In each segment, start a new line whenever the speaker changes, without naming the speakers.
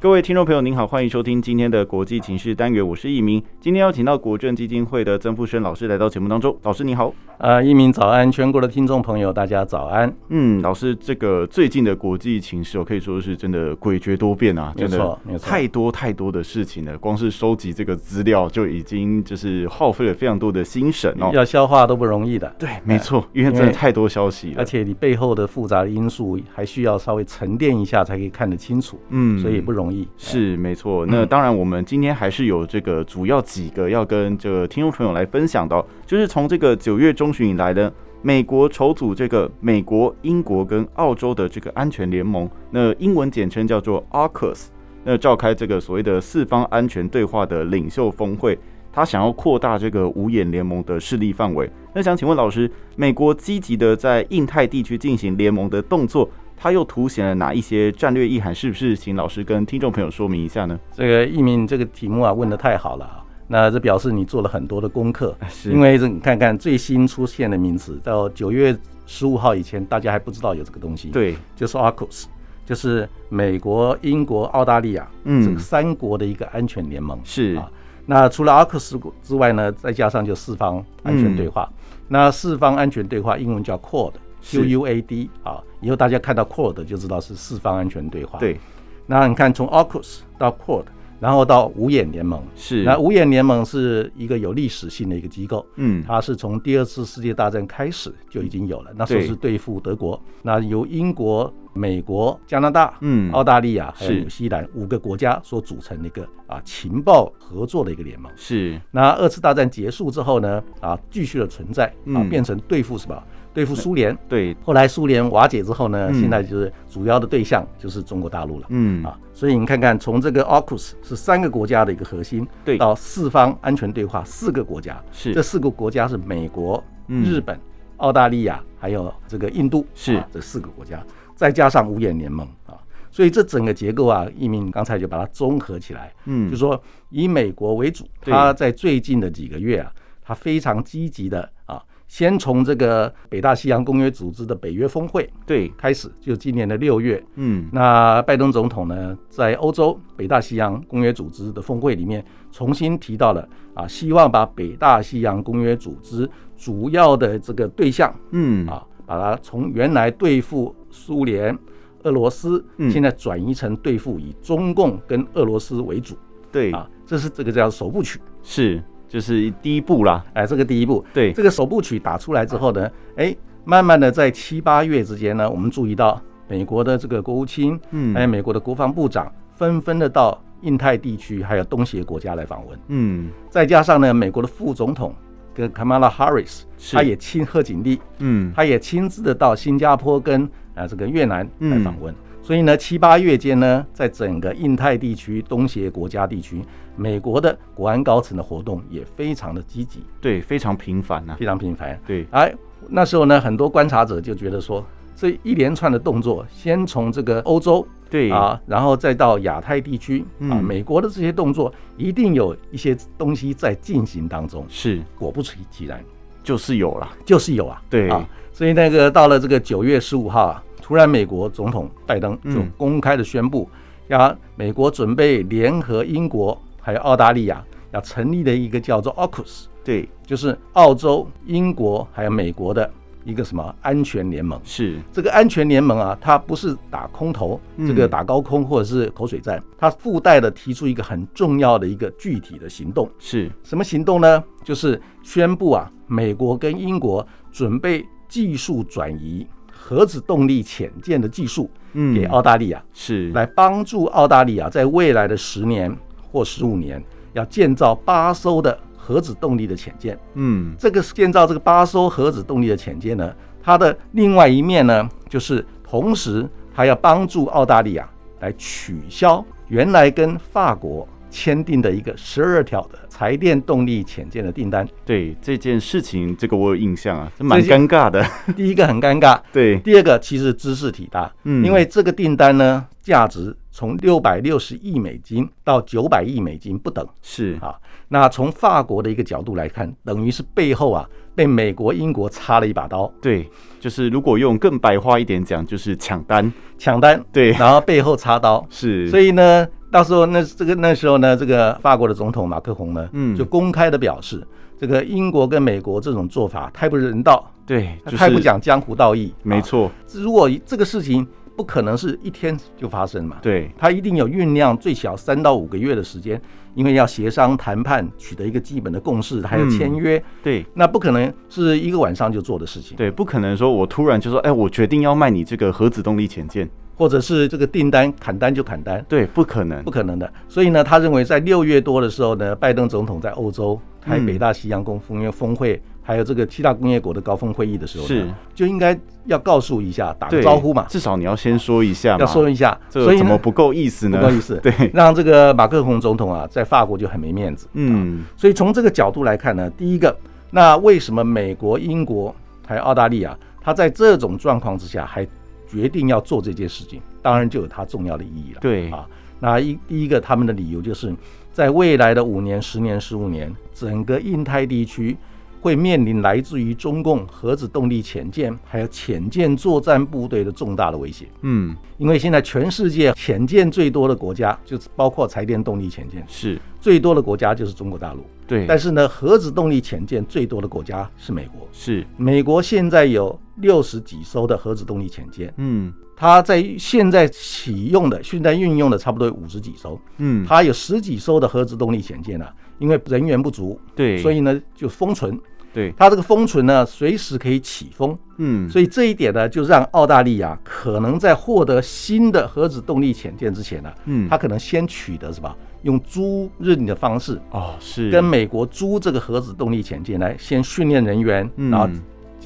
各位听众朋友，您好，欢迎收听今天的国际情势单元，我是易明。今天邀请到国政基金会的曾富生老师来到节目当中，老师你好。
呃，一鸣早安，全国的听众朋友，大家早安。
嗯，老师，这个最近的国际情势，我可以说是真的诡谲多变啊，
没
真
错
的
没错
太多太多的事情了。光是收集这个资料就已经就是耗费了非常多的心神哦。
要消化都不容易的，
对，没错，因为真的
因为
太多消息
而
了。
且你背后的复杂的因素还需要稍微沉淀一下才可以看得清楚，
嗯
所以不容易。
是没错，那当然，我们今天还是有这个主要几个要跟这个听众朋友来分享的哦、就是从这个九月中旬以来呢，美国筹组这个美国、英国跟澳洲的这个安全联盟，那英文简称叫做 AUKUS，那召开这个所谓的四方安全对话的领袖峰会，他想要扩大这个五眼联盟的势力范围。那想请问老师，美国积极的在印太地区进行联盟的动作，它又凸显了哪一些战略意涵？是不是请老师跟听众朋友说明一 下呢？
这个一鸣这个题目啊问的太好了啊，那这表示你做了很多的功课，
是
因为这你看看最新出现的名词，到九月十五号以前大家还不知道有这个东西，，
对，
就是 AUKUS，就是美国、英国、澳大利亚、
嗯
这个三国的一个安全联盟。
是
啊，那除了 AUKUS 之外呢，再加上就四方安全对话。那四方安全对话英文叫 QUAD，Q
嗯是
U A D 啊，以后大家看到 QUAD 就知道是四方安全对话。，
对，
那你看从 AUKUS 到 QUAD，然后到五眼联盟。
是，
那五眼联盟是一个有历史性的一个机构，
嗯，
它是从第二次世界大战开始就已经有了，那时候
对
是对付德国，那由英国、美国、加拿大、
嗯
澳大利亚还有
是
纽西兰五个国家所组成的一个啊情报合作的一个联盟。
是，
那二次大战结束之后呢，啊继续的存在啊
嗯，
变成对付什么？对付苏联。
对，
后来苏联瓦解之后呢，
嗯
现在就是主要的对象就是中国大陆了。
嗯，
啊，所以你看看，从这个 AUKUS 是三个国家的一个核心，
对
到四方安全对话四个国家，
是
这四个国家是美国、
嗯
日本、澳大利亚，还有这个印度，
是
啊这四个国家，再加上五眼联盟啊，所以这整个结构啊，一鸣刚才就把它综合起来，
嗯
就说以美国为主，
对
它在最近的几个月啊，它非常积极的啊，先从这个北大西洋公约组织的北约峰会
对，
开始，就今年的六月，
嗯，
那拜登总统呢，在欧洲北大西洋公约组织的峰会里面，重新提到了啊，希望把北大西洋公约组织主要的这个对象
嗯，
啊，把它从原来对付苏联、俄罗斯
嗯，
现在转移成对付以中共跟俄罗斯为主
对，
啊，这是这个叫首部曲。
是，就是第一步啦，
哎，这个第一步，
对
这个首部曲打出来之后呢，哎，慢慢的在七八月之间呢，我们注意到美国的这个国务卿，
嗯
还有美国的国防部长纷纷的到印太地区还有东协国家来访问，
嗯，
再加上呢，美国的副总统跟 Kamala Harris，
是
他也亲贺锦丽，
嗯，
他也亲自的到新加坡跟啊、这个越南来访
嗯
问。所以呢，七八月间呢，在整个印太地区、东协国家地区，美国的国安高层的活动也非常的积极。
对，非
啊
常频繁呐，
非常频繁。
对，
哎，那时候呢，很多观察者就觉得说，这一连串的动作，先从这个欧洲
对，
啊，然后再到亚太地区啊，
嗯
美国的这些动作，一定有一些东西在进行当中。
是，
果不其其然，
就是有啦，
就是有啊。
对
啊，所以那个到了这个九月十五号啊，突然美国总统拜登就
嗯
公开的宣布，要美国准备联合英国还有澳大利亚，要成立的一个叫做 AUKUS。
对，
就是澳洲、英国还有美国的一个什么安全联盟。
是，
这个安全联盟啊，它不是打空投，
嗯
这个打高空或者是口水战，它附带的提出一个很重要的一个具体的行动。
是，
什么行动呢？就是宣布啊，美国跟英国准备技术转移核子动力潜舰的技术
嗯
给澳大利亚。
是，
来帮助澳大利亚在未来的十年或十五年要建造八艘的核子动力的潜舰。
嗯，
这个建造这个八艘核子动力的潜舰呢，它的另外一面呢，就是同时它要帮助澳大利亚来取消原来跟法国、签订的一个十二条的柴电动力潜舰的订单。
对这件事情，这个我有印象啊，这蛮
这
尴
件
尬 的。
第一个很尴尬，
对，
第二个其实知识体大，
嗯
因为这个订单呢，价值从六百六十亿美金到九百亿美金不等
是
啊。那从法国的一个角度来看，等于是背后啊被美国、英国插了一把刀，
对，就是如果用更白话一点讲，就是抢单。
抢单，
对，
然后背后插刀，
是，
所
以
以呢，到时候那这个那时候呢，这个法国的总统马克宏呢，
嗯
就公开的表示，这个英国跟美国这种做法太不人道，
对，就是
太不，讲江湖道义。
没
啊，
错，
如果这个事情不可能是一天就发生嘛，
对，
它一定有酝酿最小三到五个月的时间，因为要协商谈判，取得一个基本的共识，还有
嗯
签约，
对。
那不可能是一个晚上就做的事情。
对，不可能说我突然就说，哎，我决定要卖你这个核子动力潜舰，
或者是这个订单砍单就砍单，
对，不可能
不，可能的。所以呢，他认为在六月多的时候呢，拜登总统在欧洲开
嗯
北大西洋公工业峰会，还有这个七大工业国的高峰会议的时候呢，
是
就应该要告诉一下，打个
对
招呼嘛，
至少你要先说一下嘛，
要说一下。
这个怎么
呢，
不够意思呢？
不够意思 啊
对，
让这个马克宏总统啊，在法国就很没面子。
嗯，
所以从这个角度来看呢，第一个，那为什么美国、英国还有澳大利亚，他在这种状况之下还决定要做这件事情，当然就有它重要的意义了。
对
啊，那一第一个他们的理由就是，在未来的五年、十年、十五年，整个印太地区。会面临来自于中共核子动力潜舰，还有潜舰作战部队的重大的威胁。
嗯，
因为现在全世界潜舰最多的国家，就是包括柴电动力潜舰，
是，
最多的国家就是中国大陆。
对，
但是呢，核子动力潜舰最多的国家是美国。
是，
美国现在有六十几艘的核子动力潜舰，
嗯
它在现在启用的、现在运用的差不多有五十几艘，
嗯，
它有十几艘的核子动力潜舰啊，因为人员不足，
对，
所以呢就封存。
对，
它这个封存呢，随时可以起风，
嗯，
所以这一点呢，就让澳大利亚可能在获得新的核子动力潜舰之前呢，
嗯
它可能先取得什么，用租赁的方式
哦是
跟美国租这个核子动力潜舰来先训练人员，
嗯
然后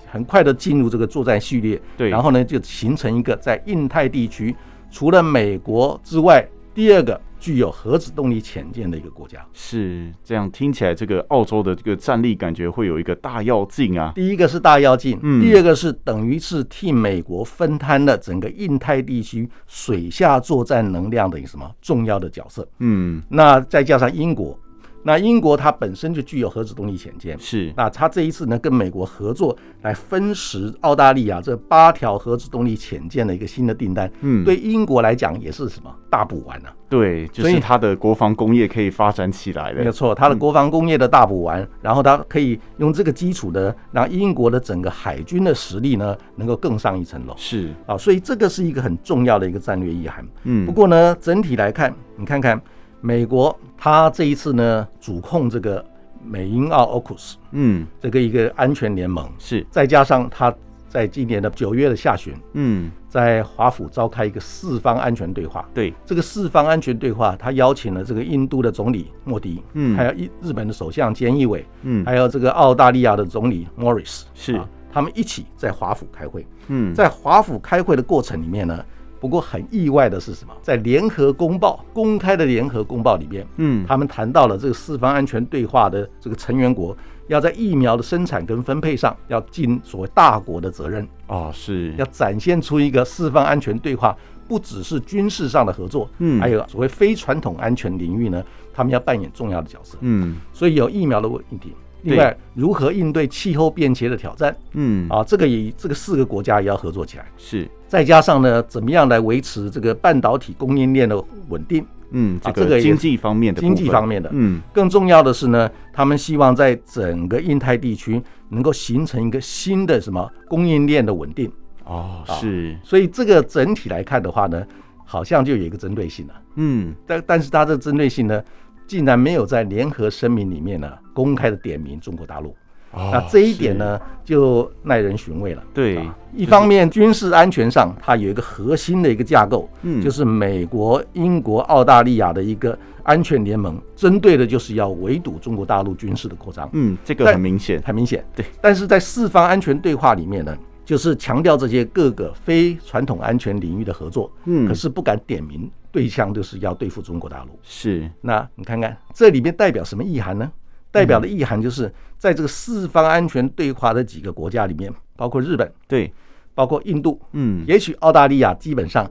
很快的进入这个作战序列，
对
然后呢就形成一个在印太地区除了美国之外第二个具有核子动力潜舰的一个国家。
是这样，听起来这个澳洲的这个战力感觉会有一个大跃进啊。
第一个是大跃进，
嗯
第二个是等于是替美国分摊了整个印太地区水下作战能量的一个什么重要的角色。
嗯，
那再加上英国，那英国它本身就具有核子动力潜舰，
是
那他这一次呢，跟美国合作来分食澳大利亚这八条核子动力潜舰的一个新的订单，
嗯
对英国来讲也是什么大补丸啊？
对，就
所以
是它的国防工业可以发展起来
没有
了。
错，它的国防工业的大补丸，然后它可以用这个基础呢，让英国的整个海军的实力呢，能够更上一层楼
是，
啊！所以这个是一个很重要的一个战略意涵。
嗯，
不过呢，整体来看，你看看美国，它这一次呢主控这个美英澳 AUKUS
嗯
这个一个安全联盟，
是，
再加上他在今年的九月的下旬，
嗯
在华府召开一个四方安全对话。
对，
这个四方安全对话，他邀请了这个印度的总理莫迪，
嗯
还有日日本的首相菅义伟，
嗯
还有这个澳大利亚的总理 Morris，
是
啊他们一起在华府开会。
嗯
在华府开会的过程里面呢，不过很意外的是什么？在联合公报公开的联合公报里面，
嗯
他们谈到了这个四方安全对话的这个成员国要在疫苗的生产跟分配上要尽所谓大国的责任，
哦是
要展现出一个四方安全对话不只是军事上的合作，
嗯
还有所谓非传统安全领域呢，他们要扮演重要的角色。
嗯
所以有疫苗的问题，
对
另外如何应对气候变迁的挑战
嗯
啊，这个也这个四个国家也要合作起来。
是
再加上呢，怎么样来维持这个半导体供应链的稳定？
嗯这
啊这个
个
也
经济方面的
经
部
济
分
方面的
嗯
更重要的是呢，他们希望在整个印太地区能够形成一个新的什么供应链的稳定。
哦
啊
是
所以这个整体来看的话呢，好像就有一个针对性了。
嗯
但但是它的针对性呢，竟然没有在联合声明里面呢公开的点名中国大陆。
哦
那这一点呢，就耐人寻味了。
对
啊一方面军事安全上，它有一个核心的一个架构，
嗯
就是美国、英国、澳大利亚的一个安全联盟，针对的就是要围堵中国大陆军事的扩张，
嗯这个
但
很明显
很明显。
对，
但是在四方安全对话里面呢，就是强调这些各个非传统安全领域的合作，
嗯
可是不敢点名对象，就是要对付中国大陆。
是，
那你看看这里面代表什么意涵呢？代表的意涵就是在这个四方安全对话的几个国家里面，包括日本，
对，
包括印度，
嗯，
也许澳大利亚基本上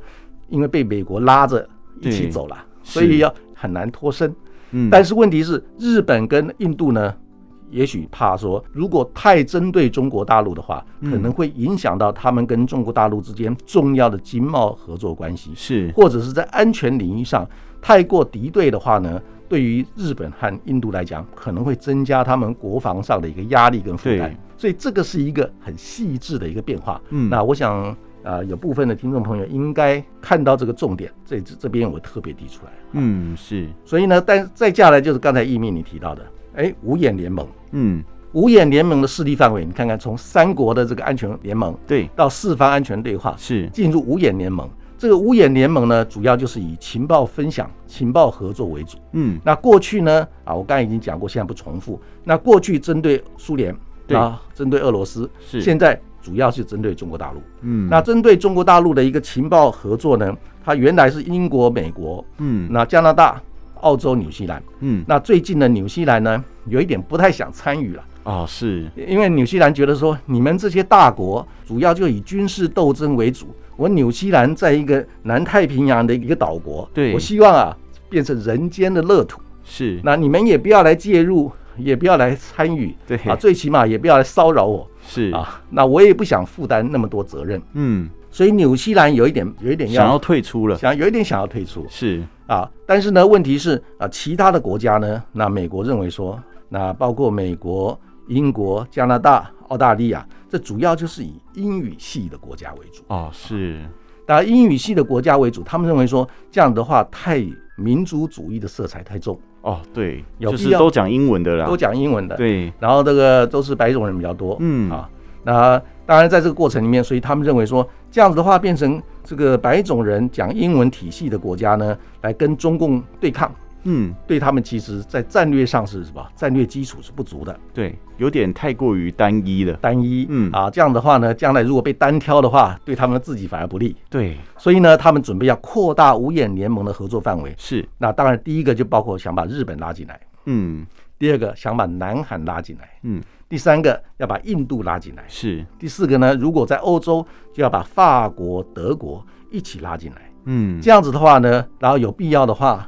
因为被美国拉着一起
对
走了，
是
所以要很难脱身。
嗯，
但是问题是，日本跟印度呢，也许怕说，如果太针对中国大陆的话，
嗯
可能会影响到他们跟中国大陆之间重要的经贸合作关系，
是，
或者是在安全领域上太过敌对的话呢，对于日本和印度来讲，可能会增加他们国防上的一个压力跟负担
对。
所以这个是一个很细致的一个变化。
嗯
那我想。啊、有部分的听众朋友应该看到这个重点，这这这边我特别提出来。
嗯，是，
所以呢，但再下来就是刚才易密你提到的，哎，五眼联盟，
嗯，
五眼联盟的势力范围，你看看从三国的这个安全联盟
对，
到四方安全对话，
是，
进入五眼联盟。这个五眼联盟呢，主要就是以情报分享、情报合作为主。
嗯，
那过去呢，啊，我刚才已经讲过，现在不重复。那过去针对苏联，
对
啊，针对俄罗斯，
是
现在主要是针对中国大陆。
嗯，
那针对中国大陆的一个情报合作呢，它原来是英国、美国，
嗯，
那加拿大、澳洲、纽西兰。
嗯，
那最近的纽西兰呢，有一点不太想参与了，
哦，是，
因为纽西兰觉得说，你们这些大国主要就以军事斗争为主，我纽西兰在一个南太平洋的一个岛国，
对
我希望啊变成人间的乐土，
是，
那你们也不要来介入，也不要来参与，
对
啊，最起码也不要来骚扰我
是，
啊，那我也不想负担那么多责任，
嗯，
所以纽西兰有一点有一点
想要
要
退出了，
想有一点想要退出，
是，
啊，但是呢，问题是啊，其他的国家呢，那美国认为说，那包括美国、英国、加拿大、澳大利亚，这主要就是以英语系的国家为主。
哦，是，
当然，英语系的国家为主，他们认为说这样的话太民族主义的色彩太重，
哦，对，
有
就
必
是
要
都讲英文的啦
都，讲英文的，，
啊对，
然后这个都是白种人比较多，
嗯
啊，那当然在这个过程里面，所以他们认为说这样子的话，变成这个白种人讲英文体系的国家呢，来跟中共对抗。
嗯，
对他们其实在战略上是什么？战略基础是不足的，
对，有点太过于单一了，
单一，
嗯
啊，这样的话呢，将来如果被单挑的话，对他们自己反而不利。
对，
所以呢，他们准备要扩大五眼联盟的合作范围。
是，
那当然，第一个就包括想把日本拉进来，
嗯，
第二个想把南韩拉进来，
嗯，
第三个要把印度拉进来，
是，
第四个呢，如果在欧洲就要把法国、德国一起拉进来。
嗯，
这样子的话呢，然后有必要的话，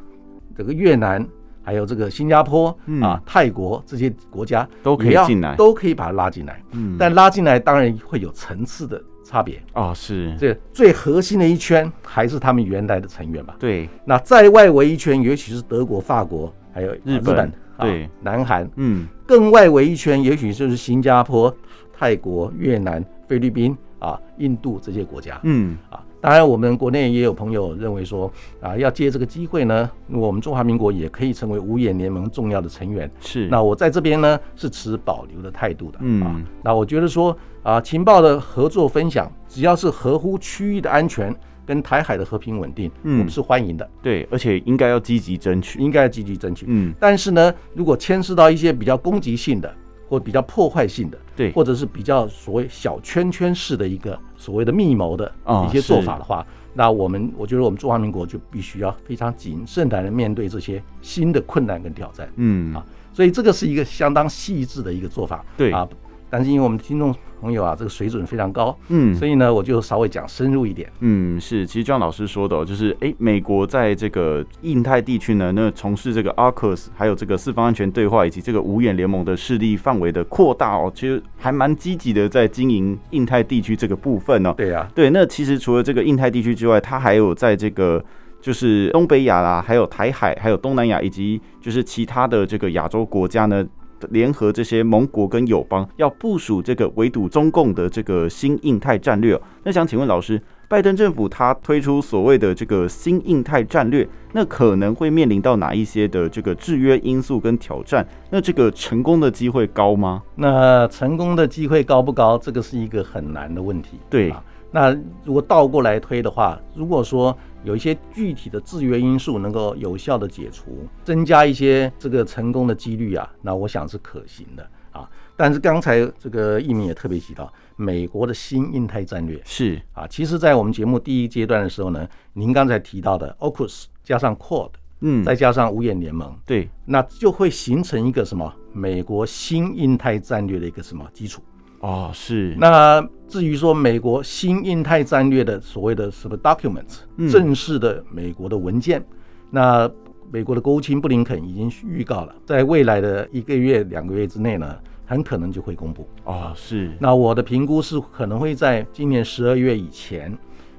这个越南还有这个新加坡、
嗯
啊、泰国这些国家
都可以
也要
进来
都可以把它拉进来。
嗯，
但拉进来当然会有层次的差别。
哦，是，
这最核心的一圈还是他们原来的成员吧。
对，
那再外围一圈，也许是德国、法国，还有
日
日
本
啊
对
南韩。
嗯，
更外围一圈，也许就是新加坡、泰国、越南、菲律宾啊、印度这些国家。
嗯，
啊。当然，我们国内也有朋友认为说，啊，要借这个机会呢，我们中华民国也可以成为五眼联盟重要的成员。
是，
那我在这边呢是持保留的态度的，
嗯
啊，那我觉得说啊，情报的合作分享，只要是合乎区域的安全跟台海的和平稳定，
嗯
我们是欢迎的，
对，而且应该要积极争取，
应该积极争取。
嗯，
但是呢，如果牵涉到一些比较攻击性的，或比较破坏性的，
对
或者是比较所谓小圈圈式的一个所谓的密谋的
哦
一些做
是
法的话，那我们我觉得我们中华民国就必须要非常谨慎的来面对这些新的困难跟挑战。
嗯，
啊，所以这个是一个相当细致的一个做法。
对
啊，但是因为我们听众朋友啊，这个水准非常高，
嗯，
所以呢，我就稍微讲深入一点。
嗯，是，其实就像老师说的哦、就是诶，美国在这个印太地区呢，那从事这个 AUKUS，还有这个四方安全对话以及这个五眼联盟的势力范围的扩大哦，其实还蛮积极的在经营印太地区这个部分哦。
对啊，
对，那其实除了这个印太地区之外，它还有在这个就是东北亚啦，还有台海，还有东南亚，以及就是其他的这个亚洲国家呢。联合这些盟国跟友邦，要部署这个围堵中共的这个新印太战略哦、那想请问老师，拜登政府他推出所谓的这个新印太战略，那可能会面临到哪一些的这个制约因素跟挑战？那这个成功的机会高吗？
那成功的机会高不高？这个是一个很难的问题。
对
啊，那如果倒过来推的话，如果说有一些具体的制约因素能够有效的解除，增加一些这个成功的几率啊，那我想是可行的啊。但是刚才这个一鸣也特别提到，美国的新印太战略
是
啊，其实，在我们节目第一阶段的时候呢，您刚才提到的 AUKUS 加上 QUAD，
嗯，
再加上五眼联盟，
对，
那就会形成一个什么美国新印太战略的一个什么基础。
哦，是，
那至于说美国新印太战略的所谓的什么 documents，、
嗯
正式的美国的文件，那美国的国务卿布林肯已经预告了，在未来的一个月、两个月之内呢，很可能就会公布。
哦，是，
那我的评估是可能会在今年十二月以前。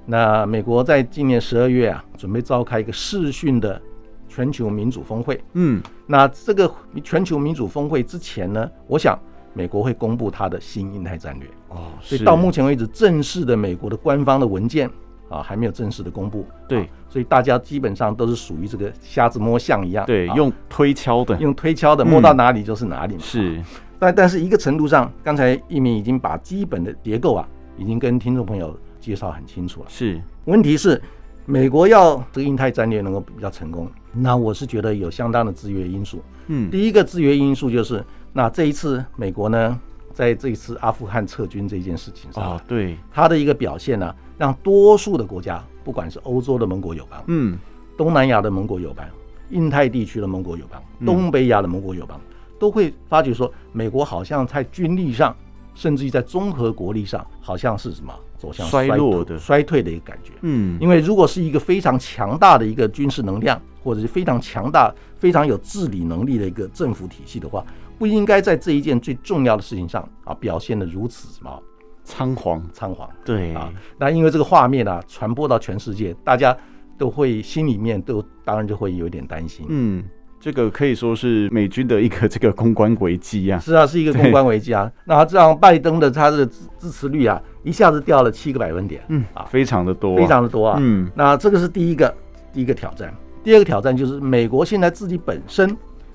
那美国在今年十二月啊，准备召开一个视讯的全球民主峰会。
嗯，
那这个全球民主峰会之前呢，我想美国会公布它的新印太战略。
哦，
所以
是
到目前为止，正式的美国的官方的文件啊，还没有正式的公布。
对
啊所以大家基本上都是属于这个瞎子摸象一样，
对
啊
用嗯推敲的，
用推敲的，
嗯
摸到哪里就是哪里嘛。
是，
但但是一个程度上，刚才一鸣已经把基本的结构啊，已经跟听众朋友介绍很清楚了。
是，
问题是，美国要这个印太战略能够比较成功，那我是觉得有相当的制约因素。
嗯，
第一个制约因素就是，那这一次美国呢，在这一次阿富汗撤军这件事情上，
哦，对，
它的一个表现呢、让多数的国家，不管是欧洲的盟国友邦、
嗯，
东南亚的盟国友邦、印太地区的盟国友邦、
嗯
东北亚的盟国友邦，都会发觉说，美国好像在军力上，甚至于在综合国力上，好像是什么走向
衰落的
衰退的一个感觉。
嗯，
因为如果是一个非常强大的一个军事能量，或者是非常强大、非常有治理能力的一个政府体系的话，不应该在这一件最重要的事情上啊表现得如此什么
仓皇，
仓皇。
对，
啊，那因为这个画面啊传播到全世界，大家都会心里面都当然就会有点担心。
嗯，这个可以说是美军的一个这个公关危机呀、
是啊，是一个公关危机啊。那这样拜登的他的支支持率啊，一下子掉了七个百分点，
嗯
啊
非常的多、
非，常的多啊。
嗯，
那这个是第一个第一个挑战。第二个挑战就是美国现在自己本身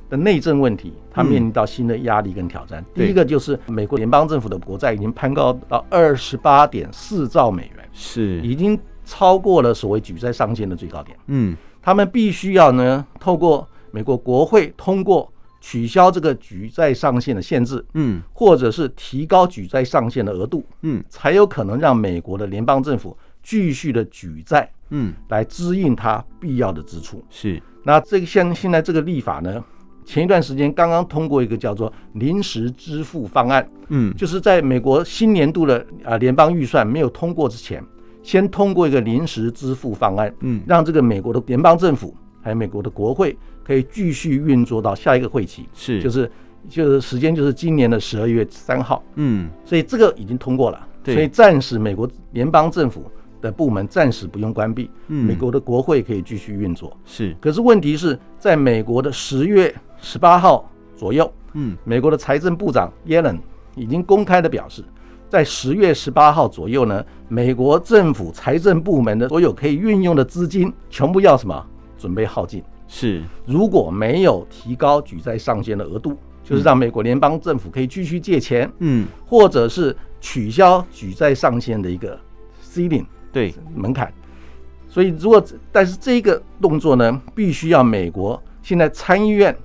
的内政问题，它
嗯
面临到新的压力跟挑战。
对
第一个就是美国联邦政府的国债已经攀高到二十八点四兆美元，
是，
已经超过了所谓举债上限的最高点。
嗯，
他们必须要呢，透过美国国会通过取消这个举债上限的限制，
嗯，
或者是提高举债上限的额度，
嗯，
才有可能让美国的联邦政府继续的举债
嗯，
来支应它必要的支出。
是，
那这个现现在这个立法呢，前一段时间刚刚通过一个叫做临时支付方案，
嗯，
就是在美国新年度的啊、呃联邦预算没有通过之前，先通过一个临时支付方案，
嗯，
让这个美国的联邦政府还有美国的国会可以继续运作到下一个会期，
是，，
就是是就是时间就是今年的十二月三号，
嗯，
所以这个已经通过了，
对
所以暂时美国联邦政府的部门暂时不用关闭，
嗯
美国的国会可以继续运作。
是，
可是问题是在美国的十月十八号左右，
嗯，
美国的财政部长耶伦已经公开的表示，在十月十八号左右呢，美国政府财政部门的所有可以运用的资金，全部要什么？准备耗尽。
是，
如果没有提高举债上限的额度，就是让美国联邦政府可以继续借钱，
嗯，
或者是取消举债上限的一个 ceiling
对，
门槛。所以，如果但是这个动作呢，必须要美国现在参议院、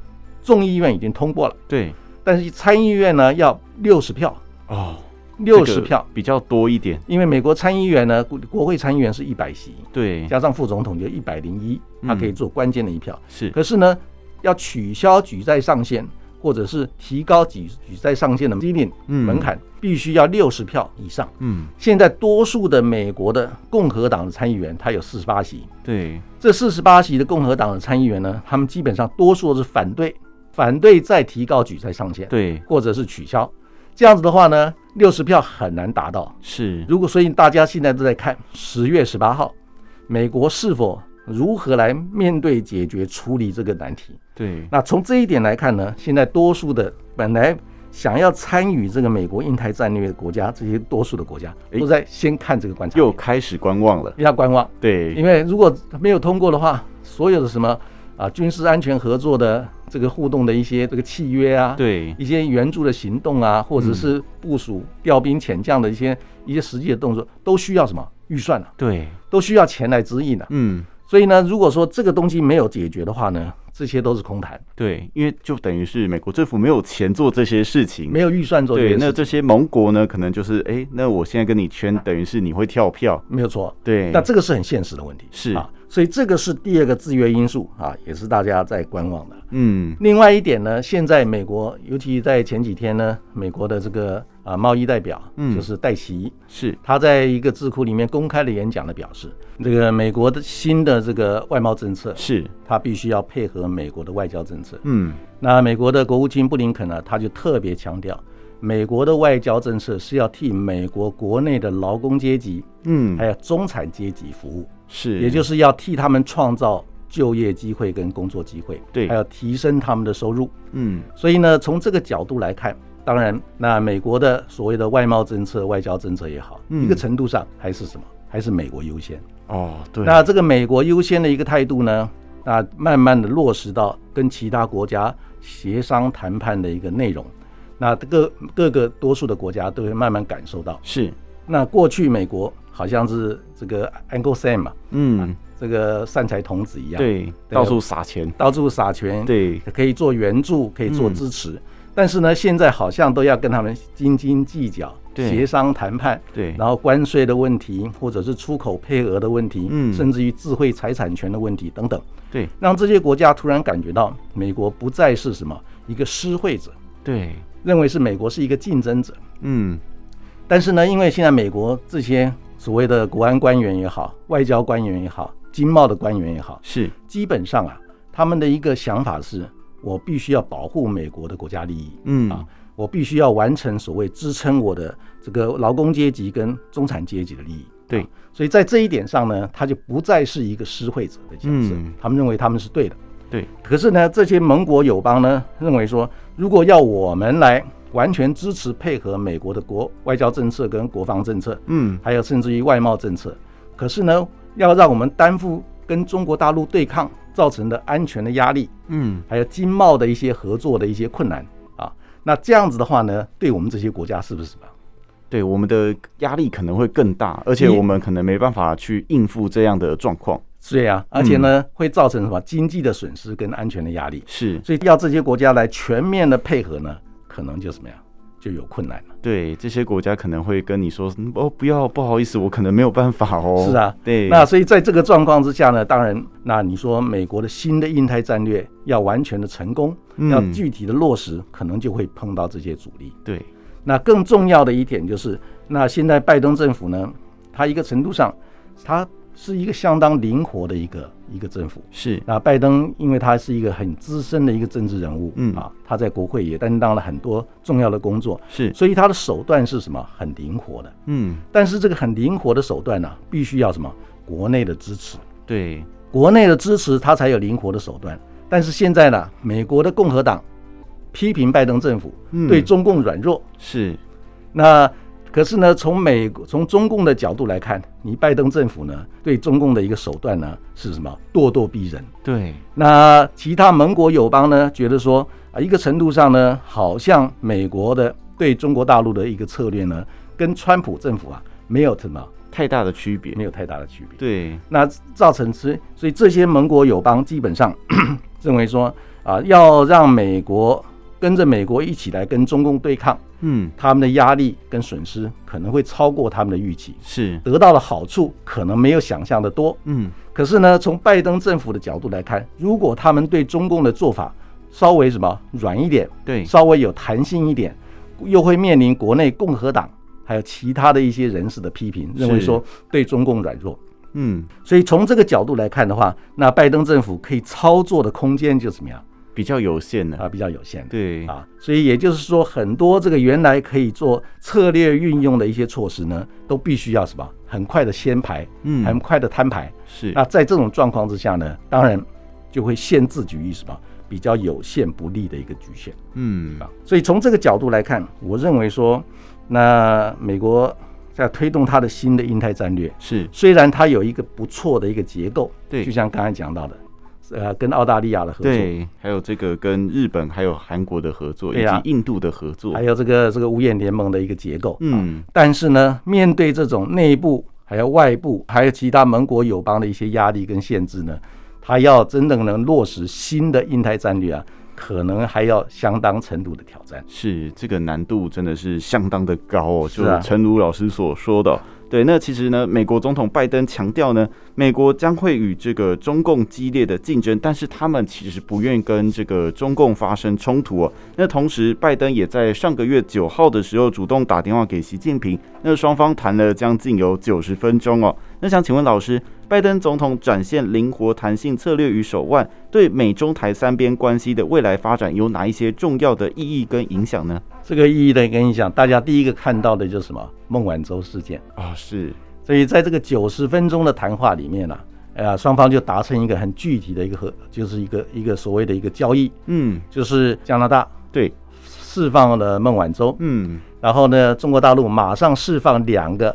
众议院已经通过了，
对，
但是参议院呢要六十票，
哦，
六
这
十
个
票，
比较多一点，
因为美国参议员呢，国国会参议员是一百席，
对，
加上副总统就一百零一，他
嗯
可以做关键的一票。
是，
可是呢，要取消举债上限，或者是提高举举债上限的 ceiling
嗯
门槛，必须要六十票以上。
嗯，
现在多数的美国的共和党的参议员，他有四十八席，
对，
这四十八席的共和党的参议员呢，他们基本上多数是反对，反对再提高举债上限，
对，
或者是取消。这样子的话呢，六十票很难达到。
是，
如果所以大家现在都在看十月十八号，美国是否如何来面对、解决、处理这个难题？
对，
那从这一点来看呢，现在多数的本来想要参与这个美国印太战略的国家，这些多数的国家
诶
都在先看这个观察点，
又开始观望了，
要观望，
对，
因为如果没有通过的话，所有的什么啊军事安全合作的这个互动的一些这个契约啊，
对，嗯
一些援助的行动啊，或者是部署调兵遣将的一些一些实际的动作，都需要什么预算啊，
对，
都需要钱来指引的、啊
嗯，
所以呢，如果说这个东西没有解决的话呢，这些都是空谈，
对，因为就等于是美国政府没有钱做这些事情，
没有预算做这
对，
些
那
事情，
这些盟国呢，可能就是哎、那我现在跟你圈，等于是你会跳票，
没有错。
对，
那这个是很现实的问题，
是
啊，所以这个是第二个制约因素啊，也是大家在观望的。
嗯，
另外一点呢，现在美国，尤其在前几天呢，美国的这个啊贸易代表，
嗯
就是戴奇，
是
他在一个智库里面公开的演讲的表示，这个美国的新的这个外贸政策，
是，
它必须要配合美国的外交政策。
嗯，
那美国的国务卿布林肯呢，他就特别强调，美国的外交政策是要替美国国内的劳工阶级还
嗯，
有中产阶级服务。
是，
哎也就是是要替他们创造就业机会跟工作机会，
对
还要提升他们的收入。
嗯，
所以呢，从这个角度来看，当然，那美国的所谓的外贸政策、外交政策也好，
嗯
一个程度上还是什么，还是美国优先。
哦，对，
那这个美国优先的一个态度呢，那慢慢的落实到跟其他国家协商谈判的一个内容。那各各个多数的国家都会慢慢感受到。
是，
那过去美国好像是这个 Uncle Sam 嘛，
嗯，
这个散财童子一样，，
对，到处撒钱，
到处撒钱，，
对，
可以做援助，可以
嗯
做支持。但是呢，现在好像都要跟他们斤斤计较，
对
协商谈判，
对，
然后关税的问题，或者是出口配额的问题，
嗯
甚至于智慧财产权的问题等等，
对，
让这些国家突然感觉到美国不再是什么一个施惠者，
对，
认为是美国是一个竞争者。
嗯，
但是呢，因为现在美国这些所谓的国安官员也好，外交官员也好，经贸的官员也好，
是，
基本上啊，他们的一个想法是，我必须要保护美国的国家利益，
嗯
啊，我必须要完成所谓支撑我的这个劳工阶级跟中产阶级的利益。
对
啊所以在这一点上呢，他就不再是一个施惠者的角色，
嗯
他们认为他们是对的。
对，
可是呢，这些盟国友邦呢，认为说，如果要我们来完全支持配合美国的国外交政策跟国防政策，
嗯，
还有甚至于外贸政策。可是呢，要让我们担负跟中国大陆对抗造成的安全的压力，
嗯，
还有经贸的一些合作的一些困难啊，那这样子的话呢，对我们这些国家是不是什么？
对，我们的压力可能会更大，而且
你
我们可能没办法去应付这样的状况。
是呀、而且呢，会造成什么经济的损失跟安全的压力？
是，
所以要这些国家来全面的配合呢，可能就什么呀，就有困难了。
对，这些国家可能会跟你说，嗯哦，不要，不好意思，我可能没有办法哦。
是啊
对，
那所以在这个状况之下呢，当然，那你说美国的新的印太战略要完全的成功，
嗯
要具体的落实，可能就会碰到这些阻力。
对，
那更重要的一点就是，那现在拜登政府呢，它一个程度上，它是一个相当灵活的一个一个政府。
是，
那拜登因为他是一个很资深的一个政治人物，
嗯
啊，他在国会也担当了很多重要的工作，
是，
所以他的手段是什么？很灵活的。
嗯，
但是这个很灵活的手段呢、必须要什么？国内的支持，
对，
国内的支持，他才有灵活的手段。但是现在呢，美国的共和党批评拜登政府
嗯
对中共软弱，
是，
那可是呢，从美国从中共的角度来看，你拜登政府呢对中共的一个手段呢是什么？咄咄逼人。
对，
那其他盟国友邦呢，觉得说啊，一个程度上呢，好像美国的对中国大陆的一个策略呢，跟川普政府啊没有什么
太大的区别
没。有太大的区别。
对，
那造成是，所以这些盟国友邦基本上 认为说啊，要让美国跟着美国一起来跟中共对抗，
嗯，
他们的压力跟损失可能会超过他们的预期，
是，
得到的好处可能没有想象的多。
嗯，
可是呢，从拜登政府的角度来看，如果他们对中共的做法稍微什么软一点，
对，
稍微有弹性一点，又会面临国内共和党还有其他的一些人士的批评，认为
是
说对中共软弱。
嗯，
所以从这个角度来看的话，那拜登政府可以操作的空间就怎么样
比较有限
啊、
的。
比较有限。
嗯对，
啊，所以也就是说，很多这个原来可以做策略运用的一些措施呢，都必须要什么很快的先排，
嗯
很快的摊牌。
是，
那在这种状况之下呢，当然就会限制局于什么比较有限不利的一个局限
嗯，
啊。所以从这个角度来看，我认为说，那美国在推动它的新的印太战略，
是，
虽然它有一个不错的一个结构，
对
就像刚才讲到的，呃，跟澳大利亚的合作，
对，还有这个跟日本还有韩国的合作，以
对啊
及印度的合作
还。有这个这个五眼联盟的一个结构，
嗯，
但是呢，面对这种内部还有外部，还有其他盟国友邦的一些压力跟限制呢，它要真的能落实新的印太战略啊，可能还要相当程度的挑战。
是这个难度真的是相当的高哦，就是
啊
陈如老师所说的哦。对，那其实呢，美国总统拜登强调呢，美国将会与这个中共激烈的竞争，但是他们其实不愿跟这个中共发生冲突哦。那同时，拜登也在上个月九号的时候主动打电话给习近平，那双方谈了将近有九十分钟哦。那想请问老师，拜登总统展现灵活弹性策略与手腕，对美中台三边关系的未来发展有哪一些重要的意义跟影响呢？
这个意义的跟你讲，大家第一个看到的就是什么？孟晚舟事件。
啊、是
所以在这个九十分钟的谈话里面呢、啊，呃，双方就达成一个很具体的一个和，就是一个一个所谓的一个交易，
嗯，
就是加拿大
对，
释放了孟晚舟，
嗯，
然后呢，中国大陆马上释放两个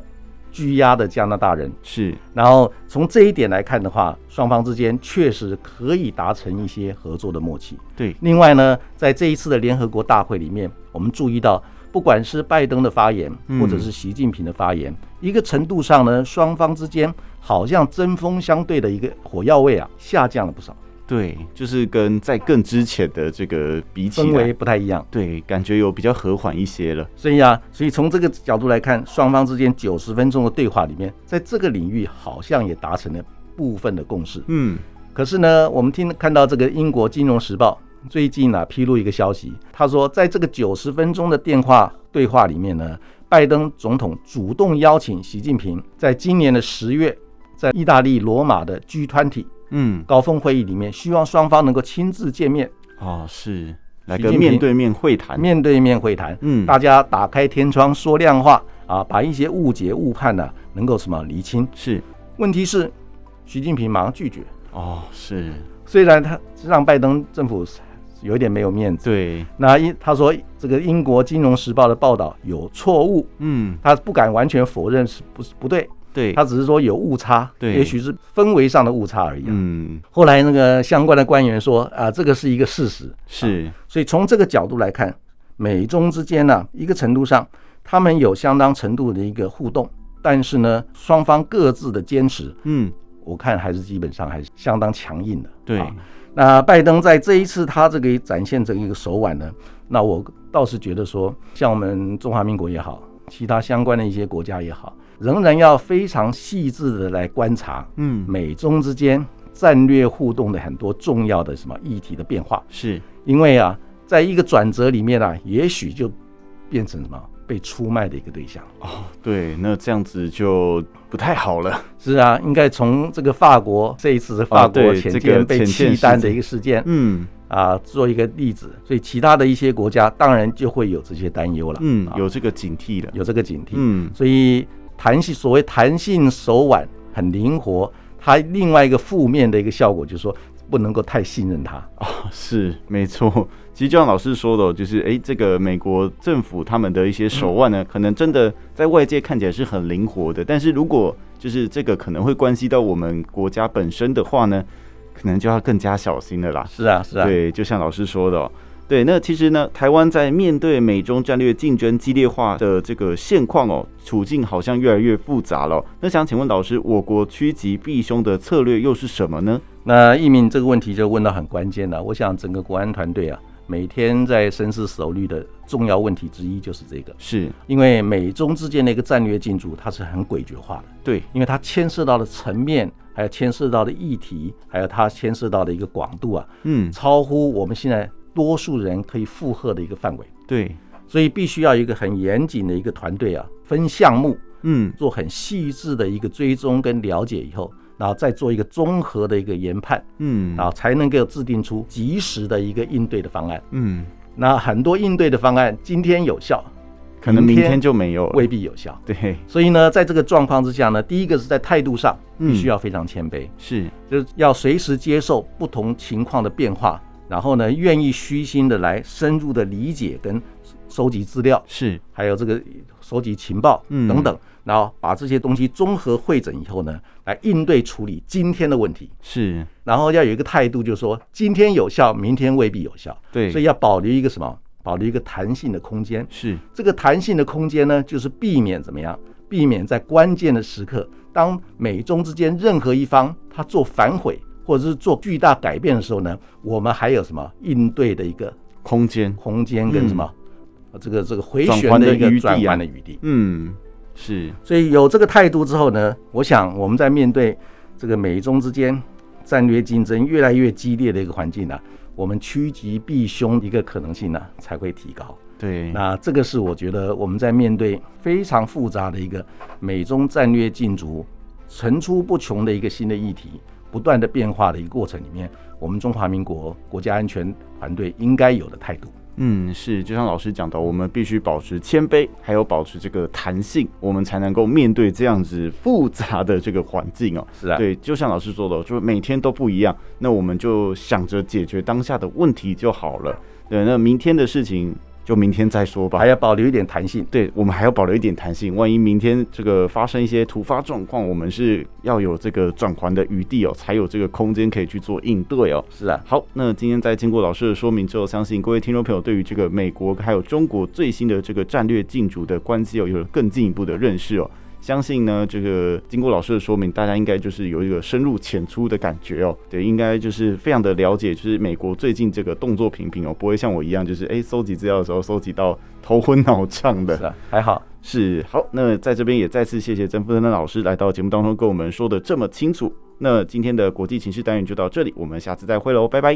拘押的加拿大人。
是，
然后从这一点来看的话，双方之间确实可以达成一些合作的默契。
对，
另外呢，在这一次的联合国大会里面，我们注意到，不管是拜登的发言，
嗯
或者是习近平的发言，一个程度上呢，双方之间好像针锋相对的一个火药味啊，下降了不少，
对，就是跟在更之前的这个比起
氛围
来，
不太一样。
对，感觉有比较和缓一些了。
所以啊，所以从这个角度来看，双方之间九十分钟的对话里面，在这个领域好像也达成了部分的共识。
嗯，
可是呢，我们听看到这个英国金融时报最近啊披露一个消息，他说在这个九十分钟的电话对话里面呢，拜登总统主动邀请习近平在今年的十月。在意大利罗马的 G20
嗯，
高峰会议里面，希望双方能够亲自见面，
哦，是来
啊习
个
近
面
平
对面会谈。
面对面会谈，
嗯
大家打开天窗说亮话啊，把一些误解误判呢、能够什么厘清。
是，
问题是，习近平马上拒绝，
哦，是
虽然他让拜登政府有一点没有面子，
对，
那英他说这个英国金融时报的报道有错误，
嗯，
他不敢完全否认是不是不对，
对，
他只是说有误差，
对
也许是氛围上的误差而已啊、
嗯，
后来那个相关的官员说啊，这个是一个事实，
是，
所以从这个角度来看，美中之间呢、一个程度上他们有相当程度的一个互动，但是呢，双方各自的坚持，
嗯，
我看还是基本上还是相当强硬的，
对，
啊那拜登在这一次他这个展现这个一个手腕呢，那我倒是觉得说，像我们中华民国也好，其他相关的一些国家也好，仍然要非常细致的来观察
嗯，
美中之间战略互动的很多重要的什么议题的变化，
是，
因为啊，在一个转折里面啊，也许就变成什么被出卖的一个对象。
对，那这样子就不太好了。
是啊，应该从这个法国这一次的法
啊对
国潜
这个
舰被
潜舰
契
事
丹的
件
一个事件，
嗯
啊做一个例子，所以其他的一些国家当然就会有这些担忧了，
嗯
啊，
有这个警惕了。
有这个警惕，
嗯，
所以弹性所谓弹性手腕很灵活，它另外一个负面的一个效果就是说不能够太信任它，
是没错。 其实就像老师说的哦，就是诶，这个美国政府他们的一些手腕
嗯
呢，可能真的在外界看起来是很灵活的，但是如果就是这个可能会关系到我们国家本身的话呢，可能就要更加小心了啦。
是啊是啊，
对，就像老师说的、哦，对，那其实呢，台湾在面对美中战略竞争激烈化的这个现况哦，处境好像越来越复杂了哦、那想请问老师，我国趋吉避凶的策略又是什么呢？
那一鸣这个问题就问到很关键了，我想整个国安团队啊每天在深思熟虑的重要问题之一就是这个，
是
因为美中之间的一个战略竞逐它是很诡谲化的。
对，
因为它牵涉到的层面，还有牵涉到的议题，还有它牵涉到的一个广度啊，
嗯，
超乎我们现在多数人可以负荷的一个范围，
对，
所以必须要有一个很严谨的一个团队啊，分项目
嗯，
做很细致的一个追踪跟了解以后，然后再做一个综合的一个研判，
嗯
然后才能够制定出及时的一个应对的方案。
嗯，
那很多应对的方案今天有效，
可能明
明天
天就没有了。
未必有效。
对，
所以呢，在这个状况之下呢，第一个是在态度上
嗯
必须要非常谦卑，
是，
就是要随时接受不同情况的变化，然后呢，愿意虚心的来深入的理解跟收集资料，
是，
还有这个收集情报
嗯
等等，然后把这些东西综合会诊以后呢，来应对处理今天的问题。
是，
然后要有一个态度，就是说今天有效，明天未必有效，
对，
所以要保留一个什么？保留一个弹性的空间。
是，
这个弹性的空间呢，就是避免怎么样？避免在关键的时刻当美中之间任何一方他做反悔或者是做巨大改变的时候呢，我们还有什么应对的一个
空间，
空间跟什么、呃这个这个回
转
旋
圜的
的一个
余地
转
啊
换的余地。
嗯，是，
所以有这个态度之后呢，我想我们在面对这个美中之间战略竞争越来越激烈的一个环境呢、我们趋吉避凶的一个可能性呢、才会提高。
对，
那这个是我觉得我们在面对非常复杂的一个美中战略竞逐层出不穷的一个新的议题，不断的变化的一个过程里面，我们中华民国国家安全团队应该有的态度。
嗯，是，就像老师讲到，我们必须保持谦卑，还有保持这个弹性，我们才能够面对这样子复杂的这个环境哦。
是啊，
对，就像老师说的，就是每天都不一样，那我们就想着解决当下的问题就好了。对，那明天的事情就明天再说吧。
还要保留一点弹性。
对我们还要保留一点弹性，万一明天这个发生一些突发状况，我们是要有这个转圜的余地哦，才有这个空间可以去做应对哦。
是啊，
好，那今天在经过老师的说明之后，相信各位听众朋友对于这个美国还有中国最新的这个战略竞逐的关系哦，有了更进一步的认识哦。相信呢，这个经过老师的说明，大家应该就是有一个深入浅出的感觉哦。对，应该就是非常的了解，就是美国最近这个动作频频哦，不会像我一样，就是哎搜集资料的时候搜集到头昏脑胀的
是。啊，还好。
是好，那在这边也再次谢谢曾富生老师来到节目当中跟我们说的这么清楚。那今天的国际情势单元就到这里，我们下次再会喽，拜拜。